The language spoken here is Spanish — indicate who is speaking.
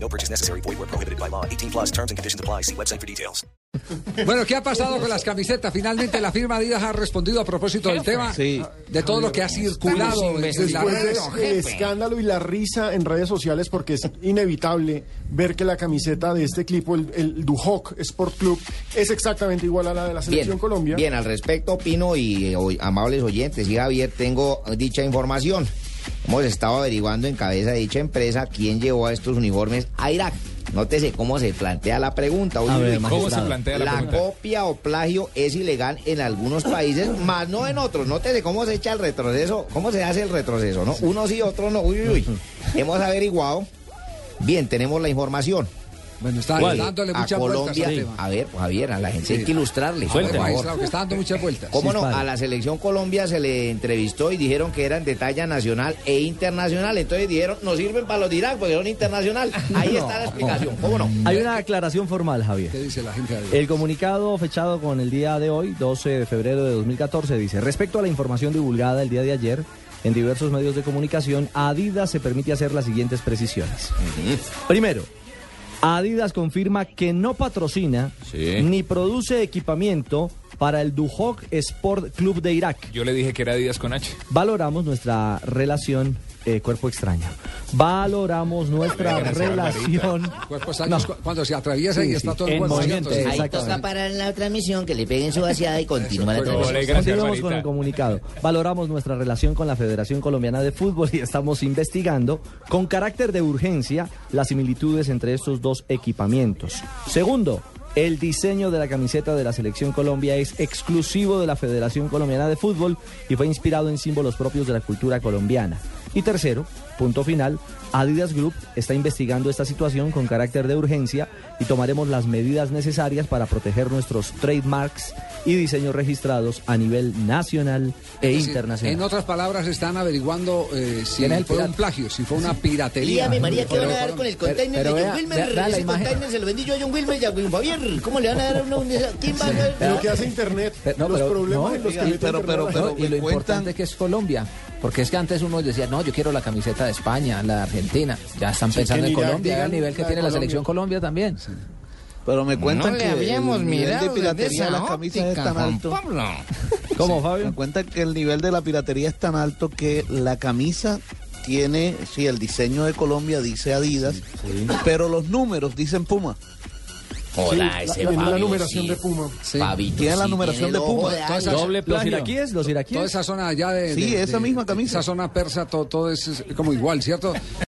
Speaker 1: No purchase necessary. Void where prohibited by law. 18 plus terms and conditions apply. See website for details.
Speaker 2: Bueno, ¿qué ha pasado con las camisetas? Finalmente la firma Adidas ha respondido a propósito del tema, de todo lo que ha circulado en la
Speaker 3: Después de
Speaker 2: red.
Speaker 3: este escándalo y la risa en redes sociales, porque es inevitable ver que la camiseta de este equipo, el, el Duhok Sport Club, es exactamente igual a la de la Selección
Speaker 4: Bien,
Speaker 3: Colombia.
Speaker 4: bien, al respecto opino y eh, o- amables oyentes y Javier, tengo dicha información. Hemos estado averiguando en cabeza de dicha empresa quién llevó a estos uniformes a Irak. Nótese cómo se plantea la pregunta. Uy, uy,
Speaker 5: ¿Cómo se plantea la,
Speaker 4: la
Speaker 5: pregunta?
Speaker 4: copia o plagio es ilegal en algunos países, más no en otros. Nótese cómo se echa el retroceso, cómo se hace el retroceso, ¿no? Unos y otros no. Uy, uy, uy. Hemos averiguado. Bien, tenemos la información.
Speaker 2: Bueno, está
Speaker 4: Eh,
Speaker 2: dándole
Speaker 4: a
Speaker 2: muchas vueltas
Speaker 4: Colombia,
Speaker 2: al este tema.
Speaker 4: a ver, pues, Javier, a la gente hay que ilustrarle. por
Speaker 2: Bueno,
Speaker 4: favor.
Speaker 2: maestrado, que está dando muchas vueltas.
Speaker 4: ¿Cómo no? A la selección Colombia se le entrevistó y dijeron que eran de talla nacional e internacional. Entonces dijeron, no sirven para los de Irak porque son internacional. Ahí está la explicación. ¿Cómo no?
Speaker 6: Hay una aclaración formal, Javier.
Speaker 2: ¿Qué dice la gente de Adidas?
Speaker 6: El comunicado fechado con el día de hoy, 12 de febrero de 2014, dice, respecto a la información divulgada el día de ayer en diversos medios de comunicación, a Adidas se permite hacer las siguientes precisiones. Primero, Adidas confirma que no patrocina ni produce equipamiento para el Duhok Sport Club de Irak.
Speaker 5: Yo le dije que era Díaz con H.
Speaker 6: Valoramos nuestra relación eh, cuerpo extraño. Valoramos nuestra relación...
Speaker 2: Cuerpos años, cu- Cuando se atraviesa y está todo el
Speaker 6: En
Speaker 2: cuerpo
Speaker 6: movimiento,
Speaker 2: haciendo-
Speaker 6: exacto.
Speaker 4: parar la transmisión, que le peguen su vaciada y continúa la
Speaker 5: Ole, gracias,
Speaker 6: Continuamos con
Speaker 5: Juanita.
Speaker 6: el comunicado. Valoramos nuestra relación con la Federación Colombiana de Fútbol y estamos investigando con carácter de urgencia las similitudes entre estos dos equipamientos. Segundo, el diseño de la camiseta de la Selección Colombia es exclusivo de la Federación Colombiana de Fútbol y fue inspirado en símbolos propios de la cultura colombiana. Y tercero, punto final, Adidas Group está investigando esta situación con carácter de urgencia y tomaremos las medidas necesarias para proteger nuestros trademarks y diseños registrados a nivel nacional e
Speaker 7: Pues
Speaker 2: Es decir, En
Speaker 6: internacional.
Speaker 2: otras palabras, están averiguando eh, si
Speaker 7: ¿Quién es el
Speaker 2: fue un
Speaker 7: pirata?
Speaker 2: plagio, si fue una piratería.
Speaker 4: Lía, mi María, ¿qué van a dar
Speaker 2: Pero-
Speaker 4: con el container
Speaker 7: pero
Speaker 4: de
Speaker 7: vea-
Speaker 4: John Wilmer?
Speaker 7: vea- vea la
Speaker 4: Ese
Speaker 7: imagen.
Speaker 4: container se lo vendí yo a John Wilmer y a Wilmer Javier. ¿Cómo le van a dar a uno? un desa- ¿Quién va a dar?
Speaker 3: Lo que hace Internet,
Speaker 7: No,
Speaker 3: los
Speaker 7: pero-
Speaker 3: problemas
Speaker 7: no,
Speaker 3: en los que
Speaker 7: y-
Speaker 3: mete
Speaker 7: pero, pero,
Speaker 3: Internet.
Speaker 7: pero,
Speaker 3: No,
Speaker 7: y lo importante que es Colombia, porque es que antes uno decía, no, yo quiero la camiseta de España, la de Argentina, ya están
Speaker 3: Sí,
Speaker 7: pensando
Speaker 3: que
Speaker 7: en
Speaker 3: ni la-
Speaker 7: Colombia,
Speaker 3: digan
Speaker 7: el nivel que
Speaker 3: la de
Speaker 7: tiene la
Speaker 3: Colombia.
Speaker 7: selección Colombia también.
Speaker 8: Pero me cuentan
Speaker 4: le
Speaker 8: que
Speaker 4: habíamos
Speaker 8: el nivel de
Speaker 4: mirado
Speaker 8: piratería de
Speaker 4: desde
Speaker 8: la
Speaker 4: esa
Speaker 8: camisa
Speaker 4: óptica,
Speaker 8: es tan
Speaker 4: Juan
Speaker 8: alto.
Speaker 6: ¿Cómo,
Speaker 8: Me
Speaker 6: Fabio?
Speaker 8: cuentan que el nivel de la piratería es tan alto que la camisa tiene, sí, el diseño de Colombia dice Adidas, pero los números dicen Puma.
Speaker 4: Hola,
Speaker 3: la- viene la numeración de Puma.
Speaker 2: Sí.
Speaker 8: Tiene la numeración de Puma.
Speaker 6: Doble Los iraquíes, los
Speaker 2: Toda
Speaker 6: iraquíes.
Speaker 2: esa zona allá de...
Speaker 8: Sí,
Speaker 2: de-
Speaker 8: esa
Speaker 2: de-
Speaker 8: misma camisa.
Speaker 2: Esa zona persa, to- todo, es es como igual, ¿cierto?